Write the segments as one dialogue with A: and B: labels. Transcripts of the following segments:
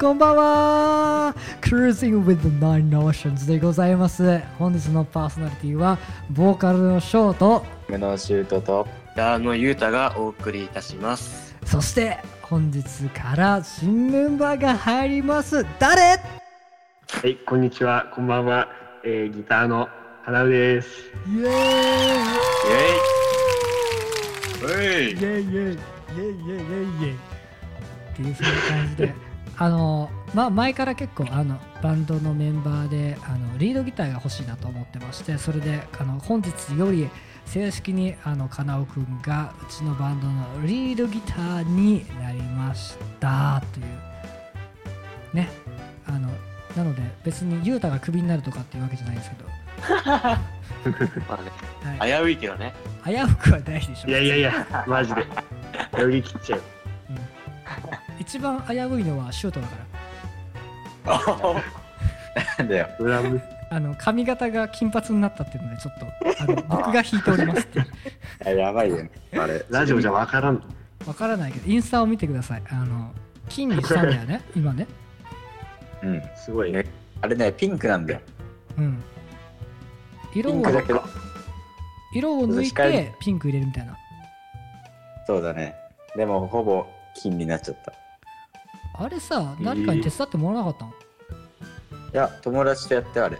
A: こんばんは Cruising with the Nine Notions でございます本日のパーソナリティはボーカルのショート
B: 無能シュートと
C: ラーのゆうたがお送りいたします。
A: そして本日から新メンバーが入ります誰
D: はい、こんにちは、こんばんは、えー、ギターの花尾です。
A: イエーイ
C: えい
A: イェイイェイイェイイェイイェイイェイっていうそういう感じであのまあ前から結構あのバンドのメンバーであのリードギターが欲しいなと思ってましてそれであの本日より正式にあのかなおくんがうちのバンドのリードギターになりましたというねあのなので別にゆうたがクビになるとかっていうわけじゃないんです けど、
C: まあね、
A: はい、
C: 危ういけどね。
A: 危うくはないでしょ
D: いやいやいや、マジで。より切っちゃう。
A: 一番危ういのはシュートだから
B: なんだよ
D: ドラム。
A: あの髪型が金髪になったっていうのでちょっとあの僕が引いておりますって いう
B: あやばいよねあれ
D: ラジオじゃわからん。
A: わからないけどインスタを見てくださいあの金にしたんだよ ね今ね
B: うん
D: すごい。
B: ねあれねピンクなんだよ
A: うん色
B: ピン
A: を
B: クだけど
A: 色を抜い
B: 控え
A: てピンク入れるみたいな
B: そうだねでもほぼ金になっちゃった
A: あれさ
D: えー
A: 誰かに手伝ってもらわなかったの、
B: いや友達とやってあれ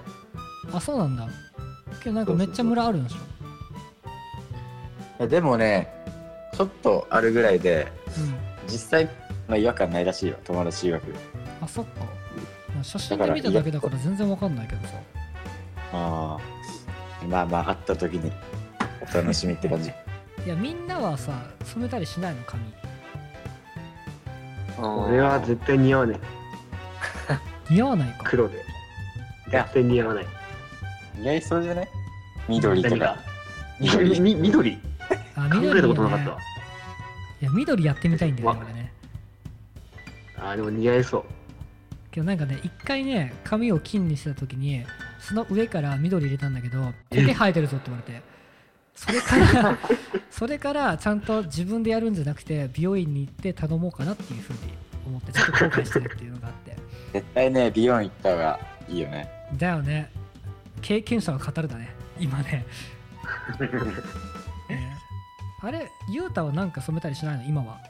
A: あそうなんだけどなんかめっちゃムラあるんでしょ
B: えでもねちょっとあるぐらいで
A: うん
B: 実際の違和感ないらしいよ友達曰く
A: あそっかまあ写真で見ただけだから全然わかんないけどさ
B: ああまあまあ会った時にお楽しみって 感じ
A: いやみんなはさ染めたりしないの髪
D: 俺は絶対似合わない。
A: 似合わないか
D: 黒で。
B: いや
D: 絶対似合わない。
B: 似合いそうじゃない緑と
D: 何
B: か
D: がみみ緑考
A: あ
D: えたこと
A: いいね
D: なかったわ。
A: いや緑やってみたいんだよね
D: わ
A: 俺ね
D: あー、でも似合いそう。
A: けどなんかね一回ね髪を金にしてた時にその上から緑入れたんだけど苔生えてるぞって言われてそれから それからちゃんと自分でやるんじゃなくて美容院に行って頼もうかなっていうふうに思ってちょっと後悔してるっていうのがあって
B: 絶対ね美容院行った方がいいよね
A: だよね経験者は語るだね今ねねあれゆうたはなんか染めたりしないの今は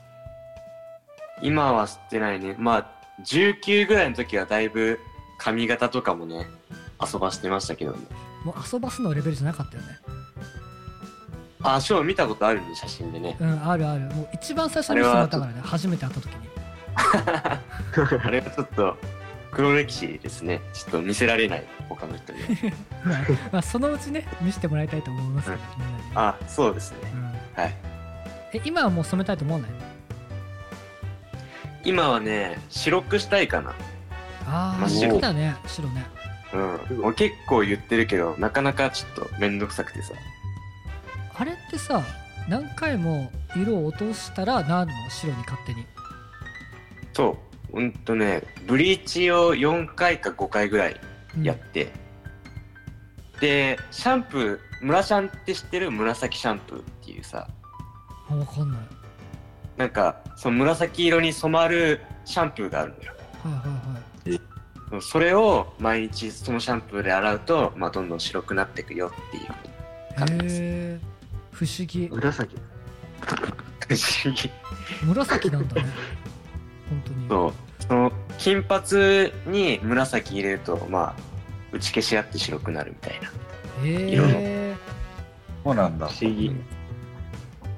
C: 今は知ってないね。まあ、19ぐらいの時はだいぶ髪型とかもね、遊ばしてましたけどね。
A: もう遊ばすのレベルじゃなかったよね
C: あ、ショー見たことあるね、写真でね。
A: うんあるあるもう一番最初に染めたからね初めて会った時に
C: あれはちょっと黒歴史ですね。ちょっと見せられない、他の人には。
A: まあ まあそのうちね見せてもらいたいと思いますけど、みんなに
C: あ、そうですね。
A: うん
C: はい
A: え今はもう染めたいと思わない
C: 今はね、白くしたいかな。
A: あ
C: 真
A: あ
C: っ
B: 白
A: 白だね白ね
C: うん。もう結構言ってるけど、なかなかちょっとめんどくさくてさ。
A: あれってさ何回も色を落としたらなるの白に勝手に
C: そう。うんとね、ブリーチを4回か5回ぐらい
A: うん
C: やって、で、シャンプー、村シャンって知ってる紫シャンプーっていうさ、
A: あわかんない
C: なんか、その紫色に染まるシャンプーがあるのよ。
A: はいはいはい
C: それを毎日そのシャンプーで洗うと、まあ、どんどん白くなっていくよっていう。感じです
A: へえ不思議
D: 紫。
C: 不思議
A: 紫なんだね本当に
C: そう。その、金髪に紫入れると、まあ、打ち消し合って白くなるみたいな。色の
A: へえ
B: そうなんだ
D: 不思議。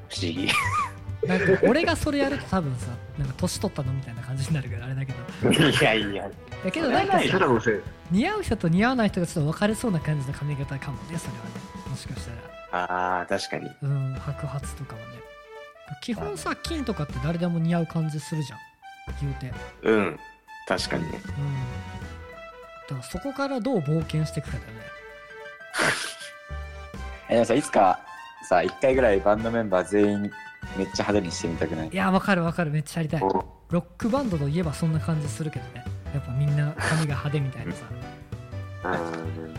C: 不思議。
A: なんか俺がそれやると多分さなんか年取ったのみたいな感じになるからあれだけど
C: いやいや。
A: だけどなんか
C: それはない
D: キ
A: さ
D: ャラもせる。
A: 似合う人と似合わない人がちょっと分かれそうな感じの髪型かもねそれはねもしかしたら
C: ああ、確かに。
A: うん白髪とかもね基本さ金とかって誰でも似合う感じするじゃん言うてうん
C: うん。確かにね。
A: だからそこからどう冒険していくかだよね
B: えでもさいつかさ1回ぐらいバンドメンバー全員めっちゃ派手にしてみた くない
A: いやわかるわかるめっちゃやりたい
C: お
A: ロックバンドといえばそんな感じするけどねやっぱみんな髪が派手みたいなさ
C: うん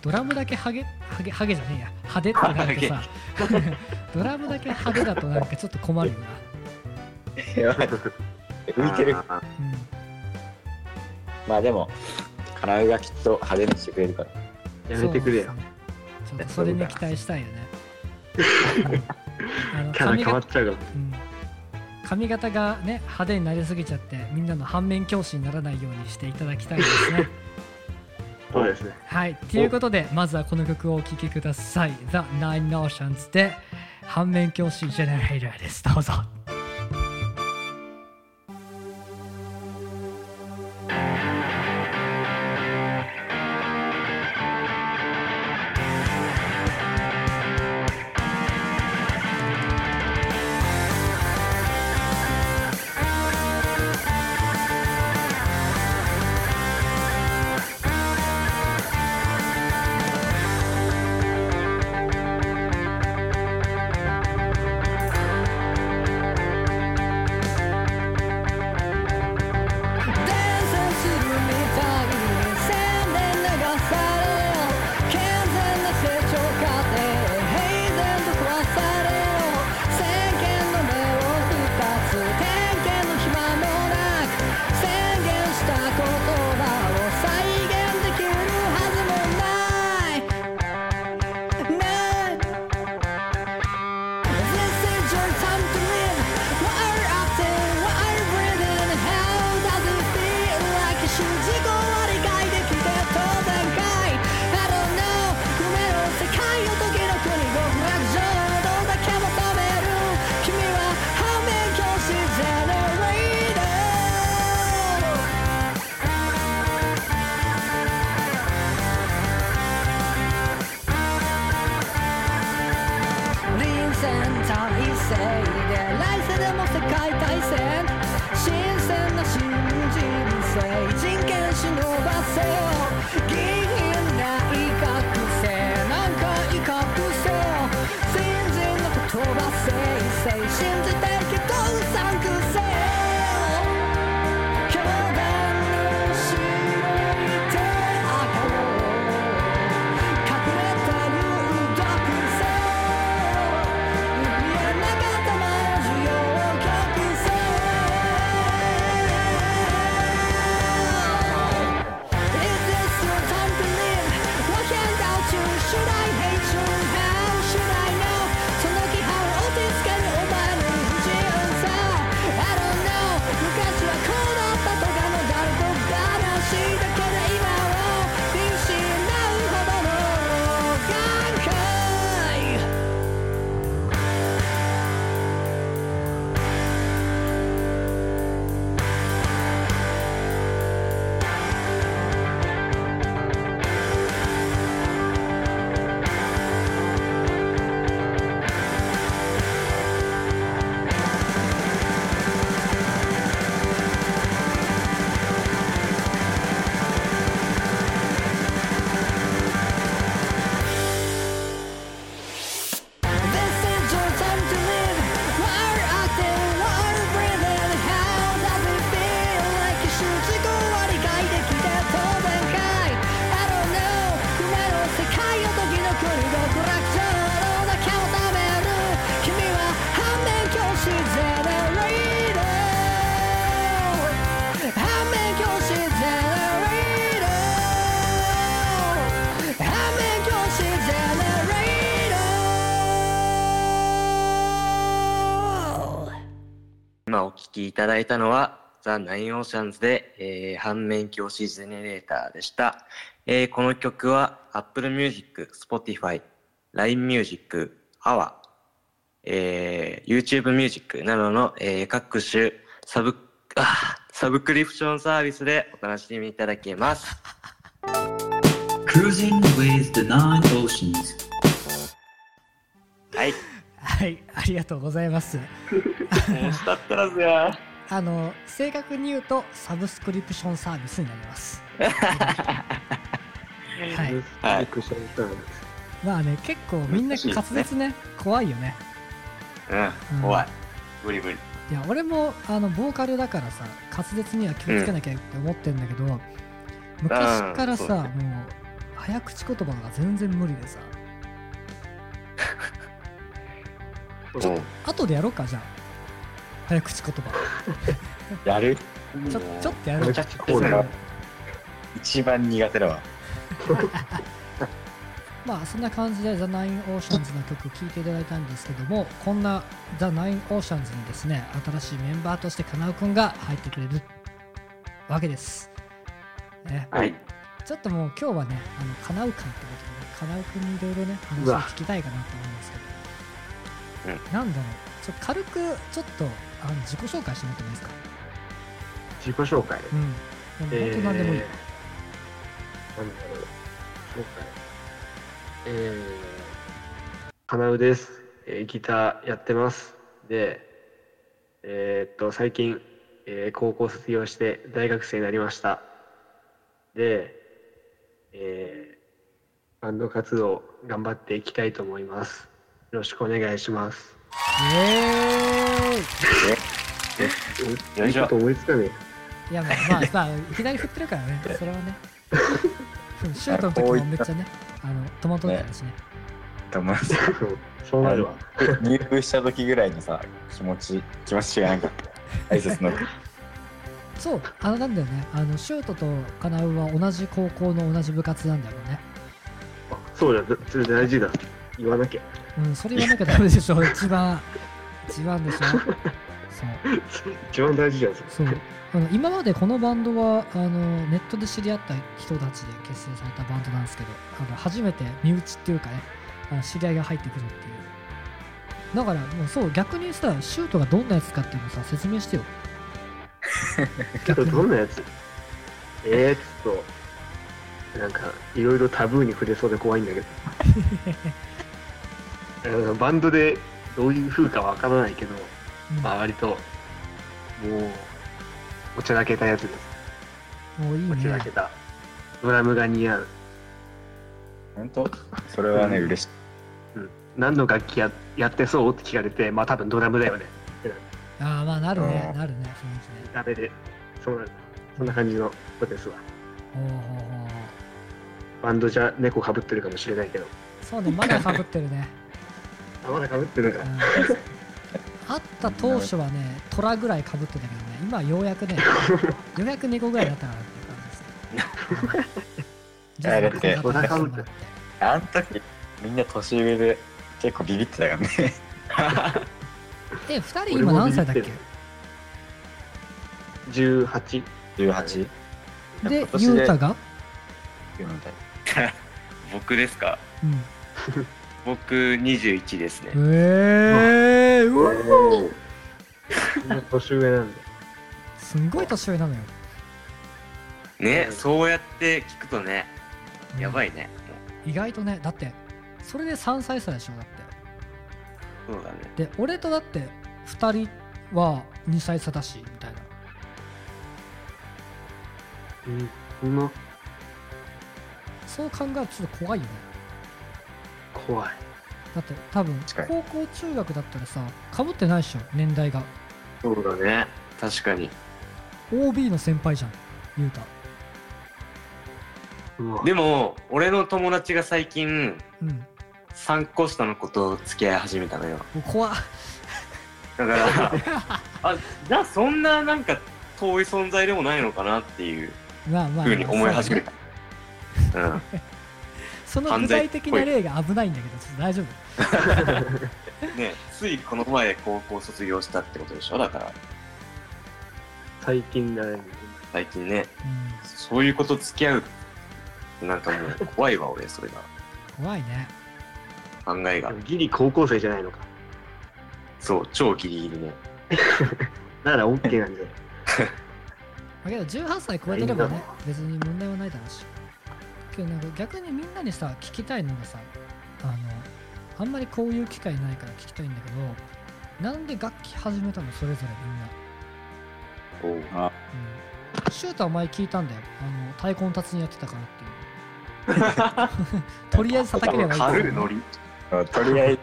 A: ドラムだけハゲハゲハゲじゃねえや派手ってなるとさ ドラムだけ派手だとなんかちょっと困るよな
B: やばい浮いてる
C: あー
A: うん
B: まあでも、カナウがきっと派手にしてくれるから。
D: やめてくれよ。
A: そうですね。ちょっとそれに期待したい よね。あの
D: キャラ
A: 髪
D: 変わ
A: 型
D: っちゃうから。
A: うん髪型がね派手になりすぎちゃってみんなの反面教師にならないようにしていただきたいです ね。
D: そうですね。
A: はい、ということでまずはこの曲をお聴きください。The Nine Notions で反面教師ジェネレイターです。どうぞ。
E: 「ダンスするみたいに宣伝流されよ」「健全な成長過程平然と壊されよ」「宣言の目を二つ点検の暇もなく」「宣言した言葉を再現できるはずもない」「ない」This is your time to live. What are you up to? What are you breathing? How does it feel? Like a shinji go on a guy that can get all that guy. I don't know. 夢の世界を時々に極楽浄土だけ求める君は反面教師ジェネレイト臨戦体制で来世でも世界大戦新鮮な新人生人権忍ばせよ議員内閣制なんか威嚇せよ新人の言葉せいせい信じてけどうさんくせよ教団の白い手赤を隠れた誘惑性見えなかった魔女を隠せ Is this your time to live? What handout you? Should I hate you? How should I know? その気配を落ち着けるお前の不自由さ I don't know 昔はこうだったとかの誰と話だけで今を見失うほどの眼界This is your time to live. While you're acting, while you're breathing, how does it feel? Like you should just go on a guy that can get all that guy. I don't know. 夢の世界を時の国の娯楽場の中を食べる君は反面教師ゼレレイド反面教師ゼレレイド反面教師ゼレレイド
C: 今お聴きいただいたのは、ザ・ナイン・オーシャンズで、えー反面教師ジェネレーターでした。えーこの曲は Apple Music、Spotify、LINE Music、AWA、えー YouTube Music などの、えー各種サブ、あーサブクリプションサービスでお楽しみいただけます。
F: Cruising with the nine oceans.
C: はい。
A: はい、ありがとうございます。
C: 面白かったですよ。
A: あの正確に言うとサブスクリプションサービスになり ます。はい、
C: はい
D: クッションサービス
A: まあね結構みんな滑舌ね怖いよね。
C: うん、怖い。無理無理。
A: いや俺もあのボーカルだからさ滑舌には気をつけなきゃって思ってんだけど、昔から
C: そうだ
A: さ、もう早口言葉が全然無理でさ
D: そう
A: 後でやろうかじゃあ早口言葉
B: やる
A: ちょちょっとや
D: め
A: ろう
D: っちゃコーナー
B: 一番苦手だわ。
A: まあそんな感じで The Nine Oceans の曲聴いていただいたんですけどもこんな The Nine Oceans にですね新しいメンバーとしてカナウくんが入ってくれるわけです、ね、
B: はい。
A: ちょっともう今日はねあのカナウ感ってことでねカナウくんにいろいろね話
D: う
A: を
D: わ
A: 聞きたいかなと思うんですけど、なんだろうちょ軽くちょっとあの自己紹介してもらってもいいですか
D: 自己紹介。
A: うんでも本当
D: えー
A: なんでもいいよ、
D: なんだろう。そうかねえー、かなうです。えーギターやってます。で、えーっと、最近、えー高校卒業して大学生になりました。で、えーバンド活動頑張っていきたいと思います。よろしくお願いします。
A: イエーイ
B: よいしょ
D: いいこと思いつかね
A: いやまあまあ、まあ、いきなり振ってるからね、それはね。うんシュートの時もめっちゃね、あの戸惑ってたしね。
B: と思います。
D: え。そうそうなるわ。
B: 入部した時ぐらいのさ、気持ち、気持ちがなんか、挨拶の。
A: そう、あのなんだよね、あのシュートとカナウは同じ高校の同じ部活なんだよね。
D: あそうだ、だそれ大事だ。言わなきゃ。
A: うん、それ言わなきゃダメでしょ、一番、一番でしょ。そう
D: 一番大事じゃん、それ
A: そうあの今までこのバンドはあのネットで知り合った人たちで結成されたバンドなんですけどあの初めて身内っていうかねあの知り合いが入ってくるっていうだからもうそう逆にさシュートがどんなやつかっていうのをさ説明 してよ
D: こ
A: 逆
D: れど
A: に
D: んなやつえー、ちょっとなんかいろいろタブーに触れそうで怖いんだけ どあのバンドでどういう風かわからないけど、まあ、割ともうおちゃらけたやつです
A: うんもういい
D: おちゃら
A: ね
D: けたドラムが似合う
B: 本当それはね、嬉しい。
D: 何の楽器ややってそうって聞かれてまあ多分ドラムだよね
A: ああまあなるね
B: うん
A: なるね雰囲気ね
D: ダメでそうなんそんな感じの子ですわ
A: ほうほうほう
D: バンドじゃ猫かぶってるかもしれないけど
A: そうねまだかぶってるね、
D: あまだかぶってる
A: う
D: か
A: ん
D: ら、
A: 会った当初はね虎ぐらいかぶってたけどね今はようや くねようやく猫ぐらいだったかなっていう感じですね
B: いやだって
A: 徐々にこうなって
B: あの時、みんな年上で、結構ビビってたからね。
A: え二人今何歳だっけ
D: 俺もビビってる18
B: 18?
A: で
B: 今年
A: ゆうたが、
C: 僕ですか
A: うん、
C: 僕21ですね。
A: えー、うわ
D: みんな年上なんだ。
A: すんごい年上なのよ
C: ね、そうやって聞くとね、やばいね。
A: 意外とねだってそれで3歳差でしょだっ
C: もうそうだね。
A: てで俺とだって二人は2歳差だしみたいな
D: うん、そんな
A: そう考えるとちょっと怖いよね
D: 怖い。
A: だって多分
B: 近い
A: 高校中学だったらさかぶってないでしょ年代が
C: そうだね。確かに。
A: OB の先輩じゃんゆうた
D: うわ
C: でも、俺の友達が最近、
A: うん
C: 3個下の子と付き合い始めたのよ。
A: もう怖っ
C: だから、あ、じゃあそんななんか遠い存在でもないのかなっていう
A: まあまあ
C: ふうに思い始めた。うん。
A: その具体的な例が危ないんだけどちょっと大丈夫
C: ね、ついこの前高校卒業したってことでしょだから、
D: 最近だね。
C: 最近ね、
A: う
C: そういうこと付き合う。なんかもう怖いわ、俺、それが。
A: ん怖いね
C: 考えが
D: でも。ギリ高校生じゃないのか。
C: そう、超ギリギリね。
D: なら OK なんじゃない
A: だけど18歳超えてれば
D: いい
A: ね
D: んだ
A: 別に問題はないだろうしけどなんか逆にみんなにさ聞きたいのがさあのあんまりこういう機会ないから聞きたいんだけどなんで楽器始めたのそれぞれみんな、
B: おうあ
A: うん、シュートは前聞いたんだよあの太鼓の達人やってたからっていう とりあえず叩ければいい
C: 軽いノリ。
B: とりあえず、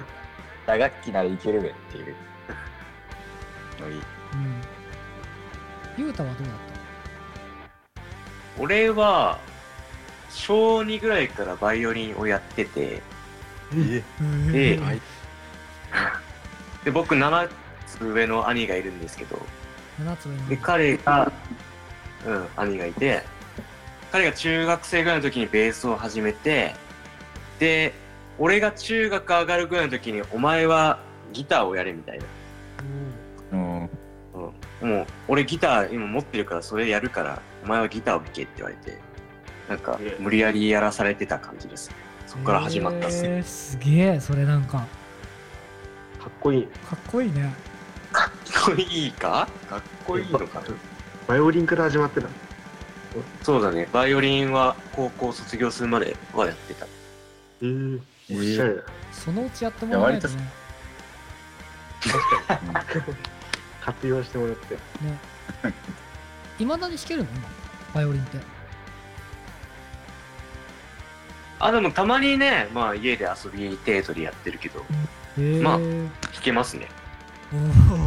B: 打楽器ならいけるべっていう。のいい
A: うんゆうたはどうだっ
C: 俺は、小2ぐらいからバイオリンをやってて、
A: た
C: で、で僕7つ上の兄がいるんですけど、
A: 7つ上の
C: で、彼が、うん、兄がいて、彼が中学生ぐらいの時にベースを始めてで俺が中学上がるぐらいの時にお前はギターをやれみたいな、
B: うん。
C: うん、もう俺ギター今持ってるからそれやるからお前はギターを弾けって言われてなんか
D: ええ
C: 無理やりやらされてた感じですねそこから始まったっすね、
A: えーすげえそれなんか
D: かっこいい
A: かっこいいね
C: かっこいいかかっこいいのかな
D: バイオリンから始まってた
C: そうだねバイオリンは高校卒業するまではやってた
D: えー、
B: え
D: おしゃれだ
A: そのうちやってもらわないとね
D: 確かに活用してもらって
A: いまだに弾けるの今バイオリンって
C: あでもたまにねまあ家で遊び程度でやってるけど
A: へえ
C: まあ弾けますね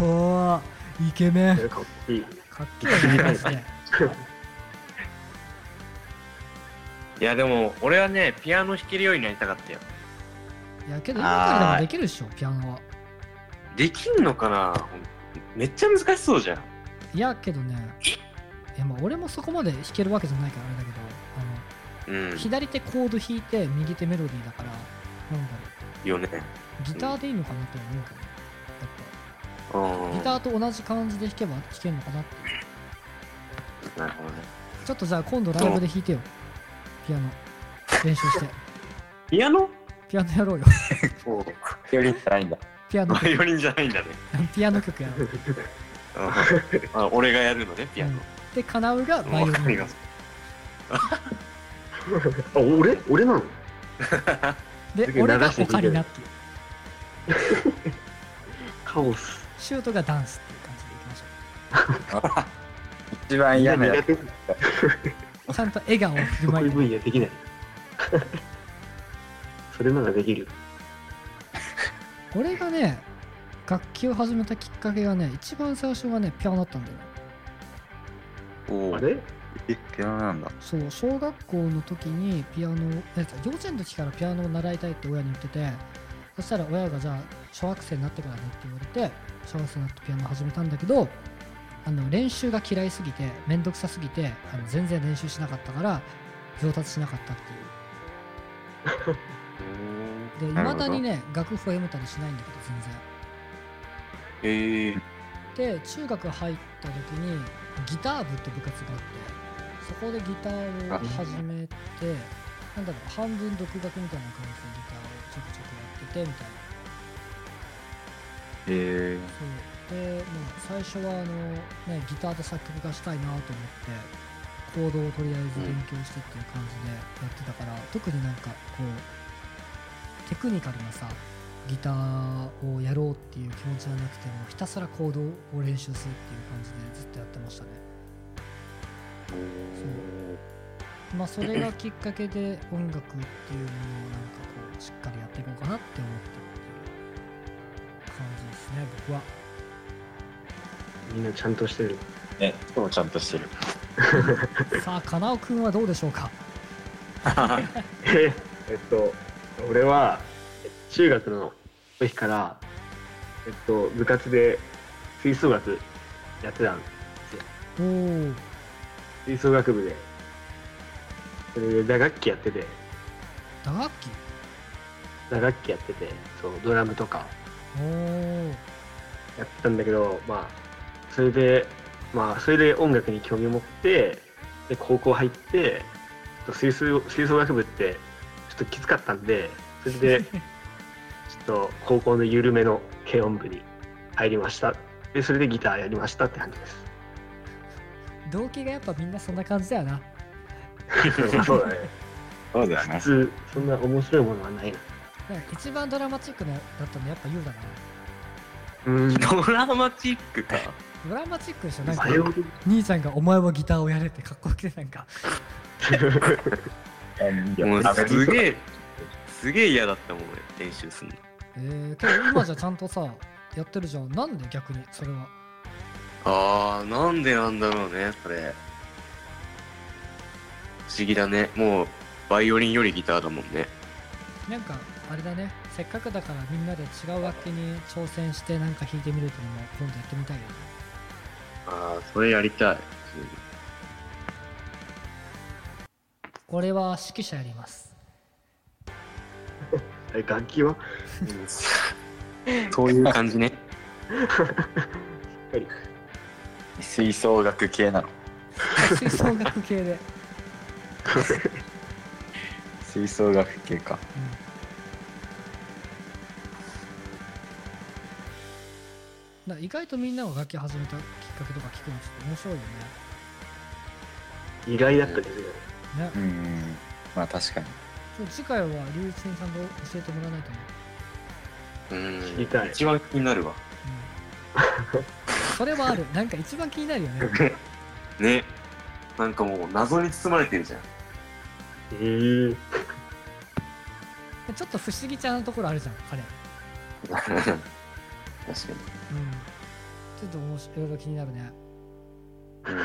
A: おおイケメン
D: かっこいい
A: かっけえなマジで
C: いやでも俺はねピアノ弾けるようになりたかったよ
A: いやけど今からでもできるでしょピアノは
C: できんのかなめっちゃ難しそうじゃん
A: いやけどねいやまあ俺もそこまで弾けるわけじゃないからあれだけど
C: うん
A: あの左手コード弾いて右手メロディーだからなんだろ
C: よね
A: うギターでいいのかなと思うけどやっぱ
C: う
A: ギ
C: ん
A: ターと同じ感じで弾けば弾けるのかなっていう
C: なるほどね
A: ちょっとじゃあ今度ライブで弾いてよピアノ練習して
C: ピ アノ
A: ピアノやろうよ
C: お
B: ピオリンじゃないんだ。
A: ピアノ
C: バイオリンじゃないんだね、
A: ピアノ曲やろう
C: うん あ俺がやるのねピアノ、
A: でカナウがバイオ
C: わか
A: リ
C: り
A: ン
C: ます
D: あ俺俺なの
A: で
D: 次
A: 俺
D: 流
A: が
D: して
A: オ
D: 弾いてる
A: カリナっていう
D: カオス
A: シュートがダンスっていう感じでいきましょ
B: 一番嫌なや
D: 苦
B: つ。
D: 手
A: うちゃんと笑顔を振る
D: 得
A: 舞
D: 意
A: いて
D: 分野できない それならできる
A: 俺がね楽器を始めたきっかけがね一番最初はねピアノだったんだよ
C: お
D: あ
C: ー
D: れ
B: え、ピアノなんだ。
A: そう小学校の時にピアノえ幼稚園の時からピアノを習いたいって親に言っててそしたら親がじゃあ小学生になってからねって言われて小学生になってピアノを始めたんだけどあの練習が嫌いすぎて面倒くさすぎてあの全然練習しなかったから上達しなかったってい うでい
B: なる
A: ま
B: ほど
A: だにね楽譜を読めたりしないんだけど全然
C: ええ
A: で中学入った時にギター部って部活があってそこでギターを始めてなんだろう半分独学みたいな感じでギターをちょくちょくやっててみたいな
B: へえ。
A: そうで、まあ、最初はあの、ね、ギターで作曲がしたいなと思ってコードをとりあえず勉強してっていう感じでやってたから、特になんかこうテクニカルなさギターをやろうっていう気持ちはなくてもひたすらコードを練習するっていう感じでずっとやってましたね。そうまあそれがきっかけで音楽っていうものをなんかこうしっかりやっていこうかなって思ったっていう感じですね僕は。
D: みんなちゃんとしてる
B: ね、超ちゃんとしてる。
A: さあ、かなおくんはどうでしょうか。
D: えっと俺は中学の時から、えっと、部活で吹奏楽やってたん
A: おお、
D: 吹奏楽部でそれで打楽器やってて
A: 打楽器。
D: 打楽器やっててそうドラムとか
A: おお、
D: やってたんだけどまあそれでまあそれで音楽に興味を持ってで高校入ってえっと吹奏吹奏楽部ってちょっときつかったんでそれ でちょっと高校の緩めの軽音部に入りましたでそれでギターやりましたって感じです
A: 動機がやっぱみんなそんな感じだよな。
D: そうだね
B: そうだよね
D: 普。通そんな面白いものはないな
A: なんか一番ドラマチックなだったのやっぱ言うだな。
D: うん
C: ドラマチックか
A: ドラマチックでしょ。なんか
D: バイオリン
A: 兄ちゃんがお前はギターをやれってかっこよくてなんか。
C: もうす
B: え。
C: げえすげえ嫌だったもん俺練習するの
A: えー、けど今じゃちゃんとさ、やってるじゃん。なんで逆にそれは。
C: あーなんでなんだろうねそれ不思議だねもうバイオリンよりギターだもんね
A: なんかあれだね。せっかくだからみんなで違う楽器に挑戦してなんか弾いてみるっていうのも今度やってみたいよね。
C: ああそれやりたい
A: 俺は指揮者やります
D: え楽器は
C: そういう感じね。
B: 吹奏楽系なの
A: 吹奏楽系で、
B: 吹奏楽系か
A: うん、だ意外とみんなが楽器始めたきっかけとか聞くのちょっと面白いよね
D: 意外だ ったけど、
A: ね
B: う、んまあ確かに
A: ちょっと次回は龍一さんと教えてもらわないとね、
C: うん
D: 知りたい
C: 一番気になるわ。
A: うん、それはあるなんか一番気になるよ ね
C: ね。なんかもう謎に包まれてるじゃん。
D: えー、
A: ちょっと不思議ちゃんのところあるじゃん彼
C: 確かに。
A: うんちょっと面白いろいろ気になるね
C: うん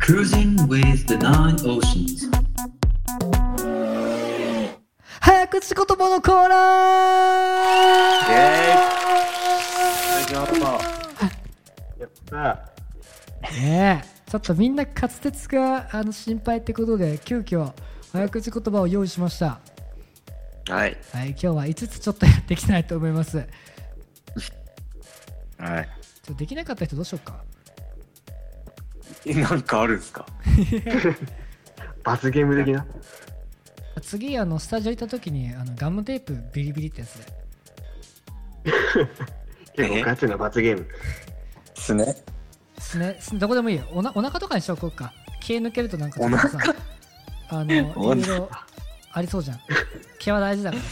F: Cruising with the nine oceans.
A: 早口言葉のコーナー
C: イエ
D: やった
A: ねえちょっとみんな滑舌があの心配ってことで急遽早口言葉を用意しました
C: ーイはい。
A: はい今日は5つちょっとやっていきたいと思いますちょ
B: はい
A: っとできなかった人どうしようか
C: え、なんかあるんですか
D: 罰ゲーム的な
A: 次あのスタジオ行った時にあのガムテープビリビリってやつで
D: 結構ガチな罰ゲーム
B: すね
A: すねすどこでもいいよおなお腹とかにしとこうか毛抜けるとなんかちょっとさあのいろ
B: お腹
A: いろありそうじゃん毛は大事だからさ、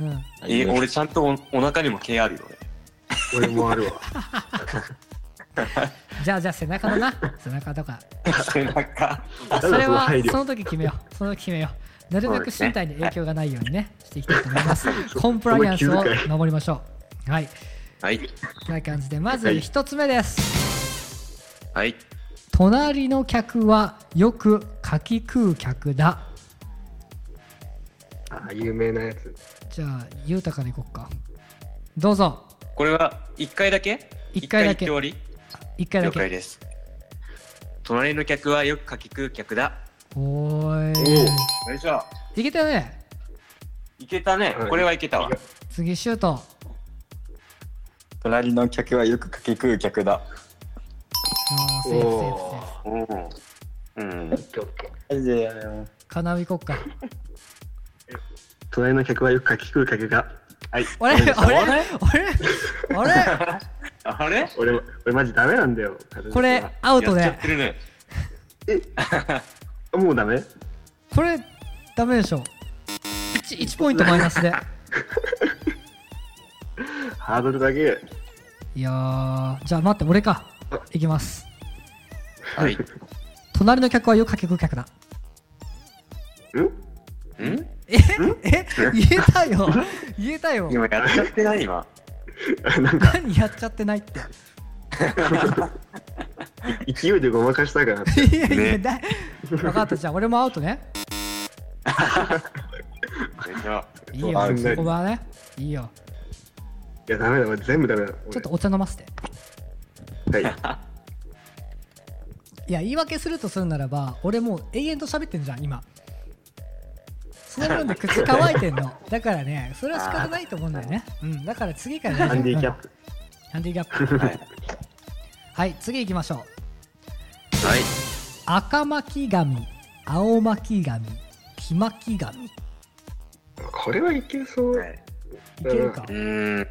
A: うん、
C: え、俺ちゃんとおお腹にも毛あるよね。
D: 俺もあるわ
A: じゃあじゃあ背中だな背中とか
C: 背中。
A: それは
D: 配慮
A: その時決めよう。その時決めよう。なるべく身体に影響がないようにね、していきたいと思い ます。コンプライアンスを守りましょう。はい。
C: はい。
A: という感じで、まず一つ目です。
C: はい。
A: 隣の客はよくかき食う客だ。
D: あ有名なやつ
A: じゃあ、ゆうたからいこっか。どうぞ。
C: これは一回だけ
A: 一回だけ
C: 一回言って終わ
A: 一
C: り
A: 回だ
C: 了解
A: け。
C: です。隣の客はよくかき食う客だ。
A: おー
D: お
A: い。
C: よいしょ。
A: いけたね。
C: いけたね
D: は。い
C: これはいけたわ。
A: 次、シュート。
B: 隣の客はよくかき食う客だ
A: あーセーフセーフセーフ。
C: おーうん。
D: オッケーオッケー
B: はいじゃあ
A: かなういこっか。
D: 隣の客はよくかき食う客がはい
A: あれあれあれあれ
C: あれ
D: 俺も俺マジダメなんだよ滑舌 は
A: これ、アウト
C: やっちゃ
A: で
C: っ。てるね。
D: もうダメ
A: これダメでしょ 1, 1ポイントマイナスで
D: ハードルだけ
A: いやーじゃあ待って俺かいきます
C: はい。
A: 隣の客はよくかけ食う客だ
D: うん
C: ん
A: え言えたよ言えたよ
C: 今やっちゃってない今。
D: なんか
A: 何やっちゃってないって
D: 勢いでごまかしたから
A: いやいや、
C: ね
A: だ分かったじゃあ俺もアウトね
C: よいしょ。
A: いいよ
B: アウト
A: そこはねいいよ
D: いやダメだ俺全部ダメだ俺
A: ちょっとお茶飲ませて
D: はい
A: いや言い訳するとするならば俺もう永遠と喋ってんじゃん今その分で口乾いてんのだからねそれは仕方ないと思うんだよねうんだから次から
D: ハンディキャッ
A: プ
D: プ
A: ハンディキャップ
C: はい。
A: はい次行きましょう
C: はい。
A: 赤巻紙青巻紙黄巻紙い
D: これ はいけそう、
C: はい
A: けるか
C: うーん。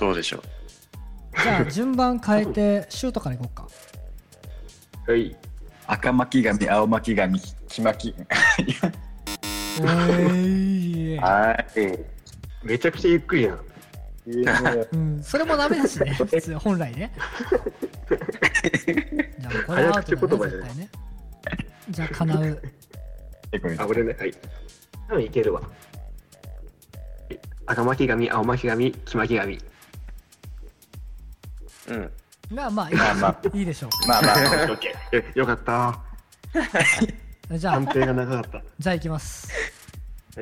C: どうでしょう。
A: じゃあ順番変えてシュートからいこうか
D: はい
B: 赤巻紙青巻紙黄巻
A: えー
B: はい
D: めちゃくちゃゆっくりやん
A: うん、それもダメだし ね普通本来ねじゃあこれはアウトだね絶対ねじゃあかなう
B: 結構見
D: あ
B: た
D: 俺ねはい多分いけるわ赤巻紙青巻紙黄巻紙
C: うん。
A: まあまあいい,、
B: まあま
A: いいでしょ
B: まあまあ
D: オッケーよかった
A: うじゃ
D: 判
A: あ
D: 定が長かっ
A: じゃあいきます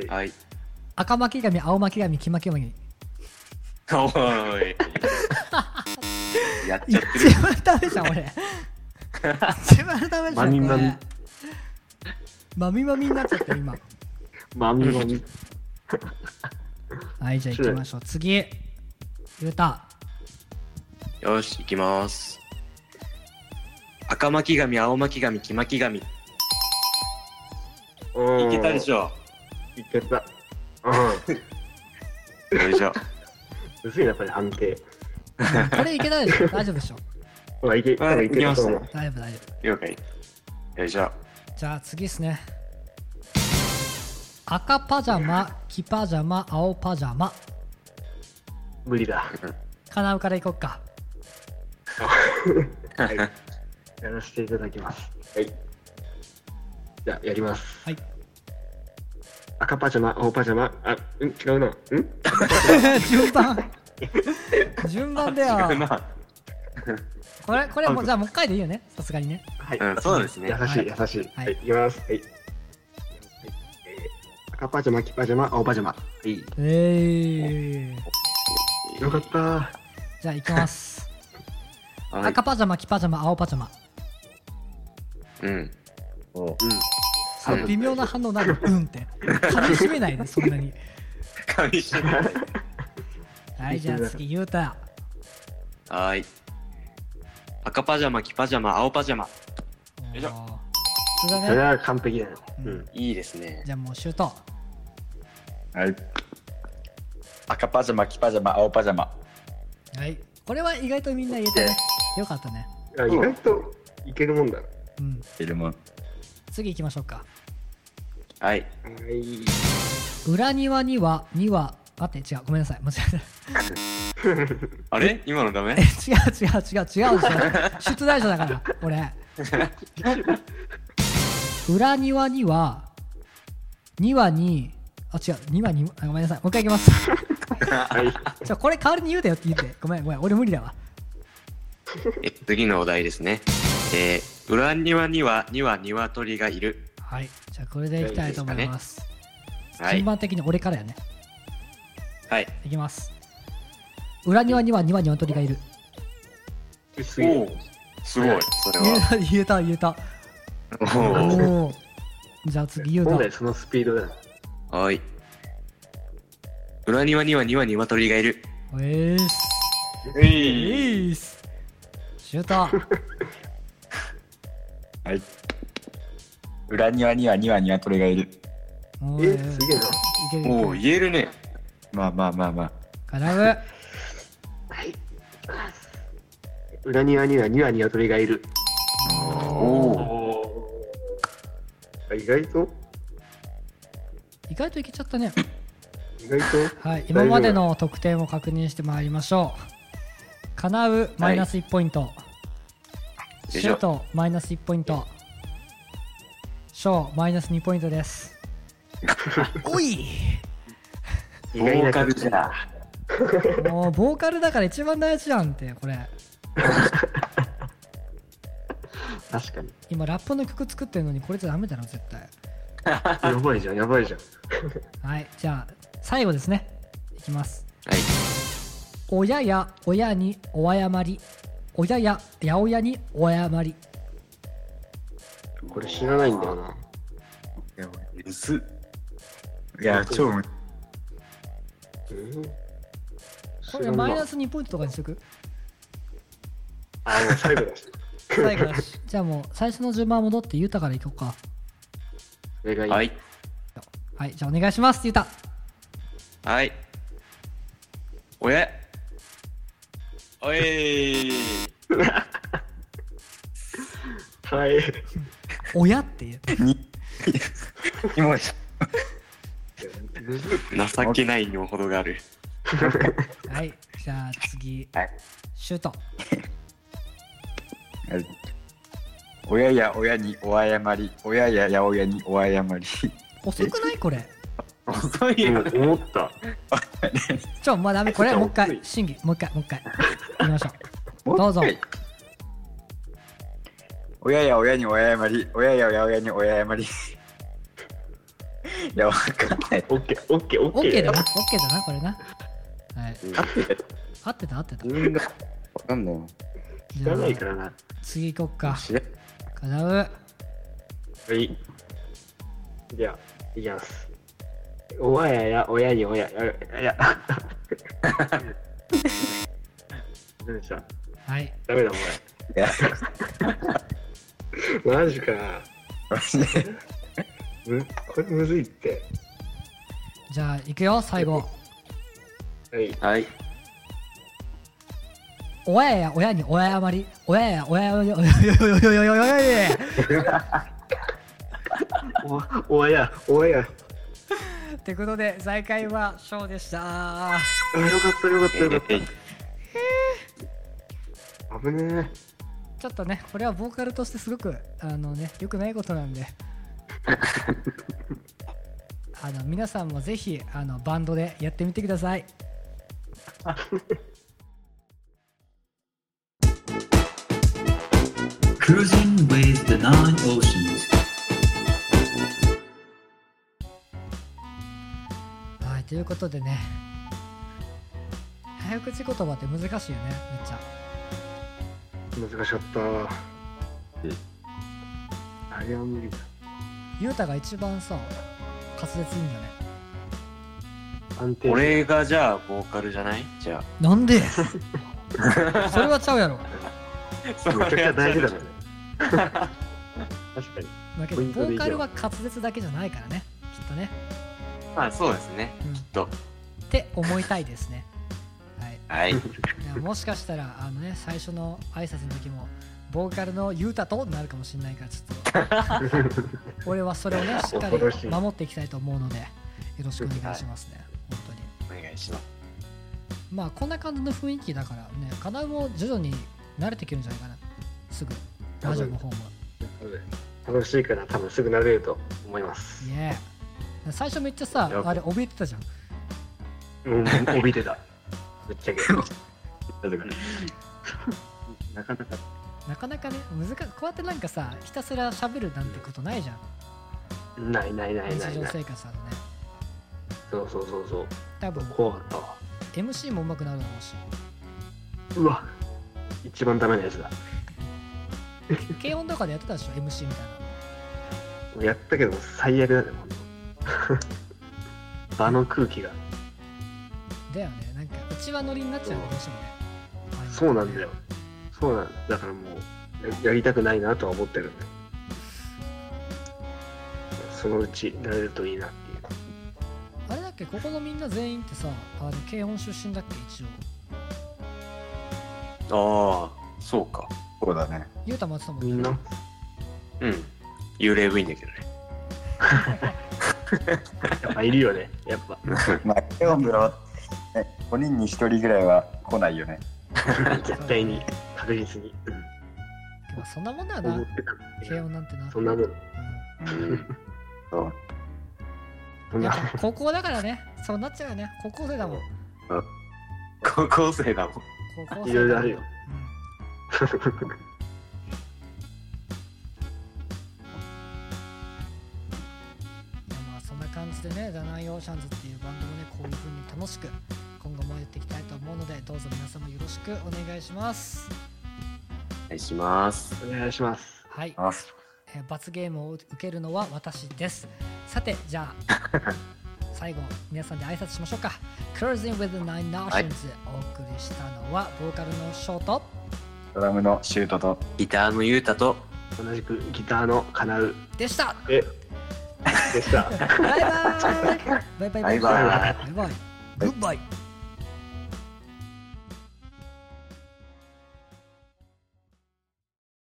C: はい。
A: 赤巻紙青巻紙黄巻紙
C: おーい。やっちゃってる。
A: 一番ダメじゃん俺自分のダメじゃん
D: まみまみ
A: これまみまみになっちゃった今
D: まみまみ。
A: はいじゃあ行きましょう次ゆうた
C: よし、行きます。赤巻紙、青巻紙、黄巻紙。い
D: い
C: けたでし
D: ょ。
C: ょ
D: いけた。うん。
C: よいしょ。
D: 薄いな、これ判定。
A: これいけないでしょ大丈夫でしょ
D: ほら、いけ、多分いけたと思。
C: いう
A: 大丈夫大丈
C: 了解。よいしょ。
A: 夫じゃあ次ですね赤パジャマ黄パジャマ青パジャマ
D: 無理だ。
A: かなうからいこっか
D: はい。やらせていただきます。はい。じゃあ、やります。
A: はい
D: 赤パジャマ、青パジャマ、あ、うん、違うな。ん
A: 順番順番だ
C: 違う
A: よ
C: な。
A: これこれもうじゃあもう一回でいいよねさすがにね
D: はい。
C: うん、そうですね。
D: 優しい、
A: は
D: 優しい。
A: は
D: はいい、いきます。はい。はいえー赤パジャマ、黄パジャマ、青パジャマ。はい。
A: えー、
D: よかった。
A: じゃあ行きます
C: はい
A: 赤パジャマ黄パジャマ青パジャマ
C: うん。
A: その微妙な反応なる「うん」って噛みしめないでそんなに
C: 噛み締めない
A: はいじゃあ次ゆうた
C: はーい。赤パジャマ、黄パジャマ、青パジャマ。よいしょ
A: おー普通
D: そ
A: だ
D: れ
A: ね
D: は完璧だよ。
A: う
D: うんん。
C: いいですね。
A: じゃあもうシュート
B: はい。赤パジャマ、黄パジャマ、青パジャマ。
A: はいこれは意外とみんな言えたねよかったね
D: あ意外といけるもんだな。
A: うん
B: いるもん。
A: 次行きましょうか
C: はい。
D: はい。
A: 裏庭には2は待って違うごめんなさい間違えた
C: あれ今のダメ
A: え違う違う違う違うでしょ出題者だから俺裏庭には2はにあ違う2はにあごめんなさいもう一回いきます
D: はい。
A: じゃこれ代わりに言うだよって言ってごめんごめん俺無理だわ
C: え次のお題ですね。えー、裏庭には2羽鶏がいる。
A: はいじゃあこれでいきたいと思います
C: はい
A: 順。番的に俺からやね
C: はい。
A: いきます裏庭には2は鶏がいる
D: 薄い。
C: おおすごい、それ
A: 言え
C: は。
A: た 言えた言えた
C: お
A: おおじゃあ次言う
D: 本
A: た
D: 来そのスピードだな。
C: おはい。裏庭には2羽鶏がいる。
A: おえーす
B: う
A: おえーすシュート
B: はい。裏庭には2羽鶏がいる。
A: お
D: え、すげえな。
A: いけるいける
C: おお言えるね。
B: まあまあまあまあ。
A: カラム
D: はい。裏庭には2羽鶏がいる。
C: おお
D: おあ意外と
A: 意外といけちゃったね
D: 意外と
A: はい今までの得点を確認してまいりましょうかなうマイナス1ポイント、
C: いしょ
A: シュートマイナス1ポイントショーマイナス2ポイントですおい
D: 意
C: ボ
D: 外
C: ー
D: な
C: カル
D: 感
C: じ
D: じ
C: ゃ。
A: もうボーカルだから一番大事じゃんってこれ
D: 確かに。
A: 今ラップの曲作ってるのにこれじゃダメだろ絶対
D: やばいじゃん、やばいじゃん。
A: はいじゃあ最後ですねいきます
C: はい。
A: 親や親にお謝り親や八百屋にお謝り
D: これ知らないんだよな。
B: いや、むずいや、超む
D: うん
A: こ
D: 知
A: れ
D: らんな
A: マイナス2ポイントとかにしとく
D: あ、もう最後だし。
A: 最後だしじゃあもう最初の順番戻ってゆうたからいこうか
D: それがいい。
C: はい。
A: はいじゃあお願いしますゆうた
C: はい。おやおい
D: はい。
A: 親っていう
B: ずいもんじ
C: 情けないにも程がある。
A: はいじゃあ次、
B: はい
A: シュート
B: ゃんはい親や親にお謝り、親や八百屋にお謝り。
A: 遅くないこれ
C: 遅いよ。
D: うん思った。
A: ちょまあダメこれ
D: ちょ
A: もう
D: っ
A: 一
D: と遅い
A: 回審議もう一回もう一 回行きましょうどうぞ
B: 親や親にお謝り、親や八百屋にお謝り。いや、わかんない。
D: オッケー、オッケー、オッケ
A: OK
D: ー。
A: だな OK だなこれなはい
B: 合ってた
A: 合ってた合ってた
B: 自分がわかんないもん。
A: じゃ
D: 知らない
A: あ
D: からな。
A: 次行こっか
B: しれ
A: かなう
D: はい。じゃあ、いきます。お前やや、親に親、や、や、や。何でした
A: はい
D: ダメだ、
B: いや
D: お前。マジか。
B: マジで
D: む、これむずいって。
A: じゃあ行くよ最後
D: はい。
B: はい
A: 親や親に親余り親や親や親や親や親や親や
D: お、おや、おや。
A: ってことで再開はショーでした
D: あ、よかった、よかった、よかっ
B: えい
D: た。危ね
A: ちょっとねこれはボーカルとしてすごくあのねよくないことなんで あの皆さんもぜひあのバンドでやってみてください
F: Cruising with the Nine Oceans.
A: はいということでね早口言葉って難しいよねめっちゃ
D: え。難しかった。あれは無理だ。
A: ゆうたが一番さ滑舌いいんだね
D: 安定。
C: 俺がじゃあボーカルじゃないじゃ
A: なん でそれはちゃうやろ
C: あ。そ
D: めちゃくちゃ大事だか
C: ね
D: らね。確かに。
A: だけど
D: ポイン
A: ボ
D: トで
A: ー
D: いいよ
A: カルは滑舌だけじゃないからねきっとね、
C: まあそうですね。
A: うん、っ
C: と
A: て思いたいですねはい
C: はい。
A: いやもしかしたらあのね最初の挨拶の時もボーカルのゆうたとなるかもしれないからちょっ と俺はそれをねしっか
D: 恐ろし
A: り
D: い
A: 守っていきたいと思うのでよろしくお願いしますね、本当に
C: お願いします。
A: まあこんな感じの雰囲気だからね課題も徐々に慣れてくるんじゃないかなすぐラジオの方も
D: 楽しいから多分すぐ慣れると思います
A: イ。エー最初めっちゃさ
C: やば
A: あれ怯えてたじゃん
D: うん、怯えてた。ぶっちゃけ。
C: なかなか。
A: なかなかね難しいこうやってなんかさひたすら喋るなんてことないじゃん
D: ないないないな
A: 日
D: い
A: 常
D: ない。
A: 生活だとね
D: そうそうそうそう。
A: 多分
D: 怖かったわ。
A: MC も上手くなるだろうし
D: うわ。一番ダメなやつだ。
A: 軽音とかでやってたでしょ MC みたい
D: やったけど最悪だね、ほんと 場の空気が。
A: なだよねなんかうち輪乗りになっちゃうねどうしてもねああいの
D: そうなんだよ。そうなんだ。だからもう、ややりたくないなとは思ってるんだよそのうち慣れるといいなっていう。
A: あれだっけここのみんな全員ってさあの軽音出身だっけ一応
C: ああ、そうか。
B: そうだね
A: ゆうたもやってたもん
D: み
A: ね
D: んな
C: うん。幽霊部員だけどね。
D: やっぱいるよね。やっぱ。
B: まあケオン部は、ね、5人に1人ぐらいは来ない よね
D: 絶対に、確実に。うん
A: まあそんなもんだよ
D: 思
A: な
D: ってた。
A: 軽音なんてな
D: そんなもん。
A: う
B: そう
D: そん
A: ん、や
D: な
A: っぱ高校だからねそうなっちゃうよね高校生だもん
C: 高校生だもん。
A: 高校生だもん
D: いろいろあるよ。
A: うんまあそんな感じでね、ザナインオーシャンズっていうバンドもね、こういう風に楽しく今後もやっていきたいと思うので、どうぞ皆様よろしくお願いします。
C: お願いします。
D: お願いします。
A: はい、
B: あ
A: えー罰ゲームを受けるのは私です。さて、じゃあ、 最後、皆さんで挨拶しましょうか。Cruising with the Nine Nations、
C: はい
A: お送りしたのは、ボーカルのショート
B: ドラムのシュートと
C: ギターのゆうたと、
D: 同じくギターのかなう
A: で した。
D: えでした。
A: バイバイバイバイ
C: バイバイ
A: バイバイグッバイ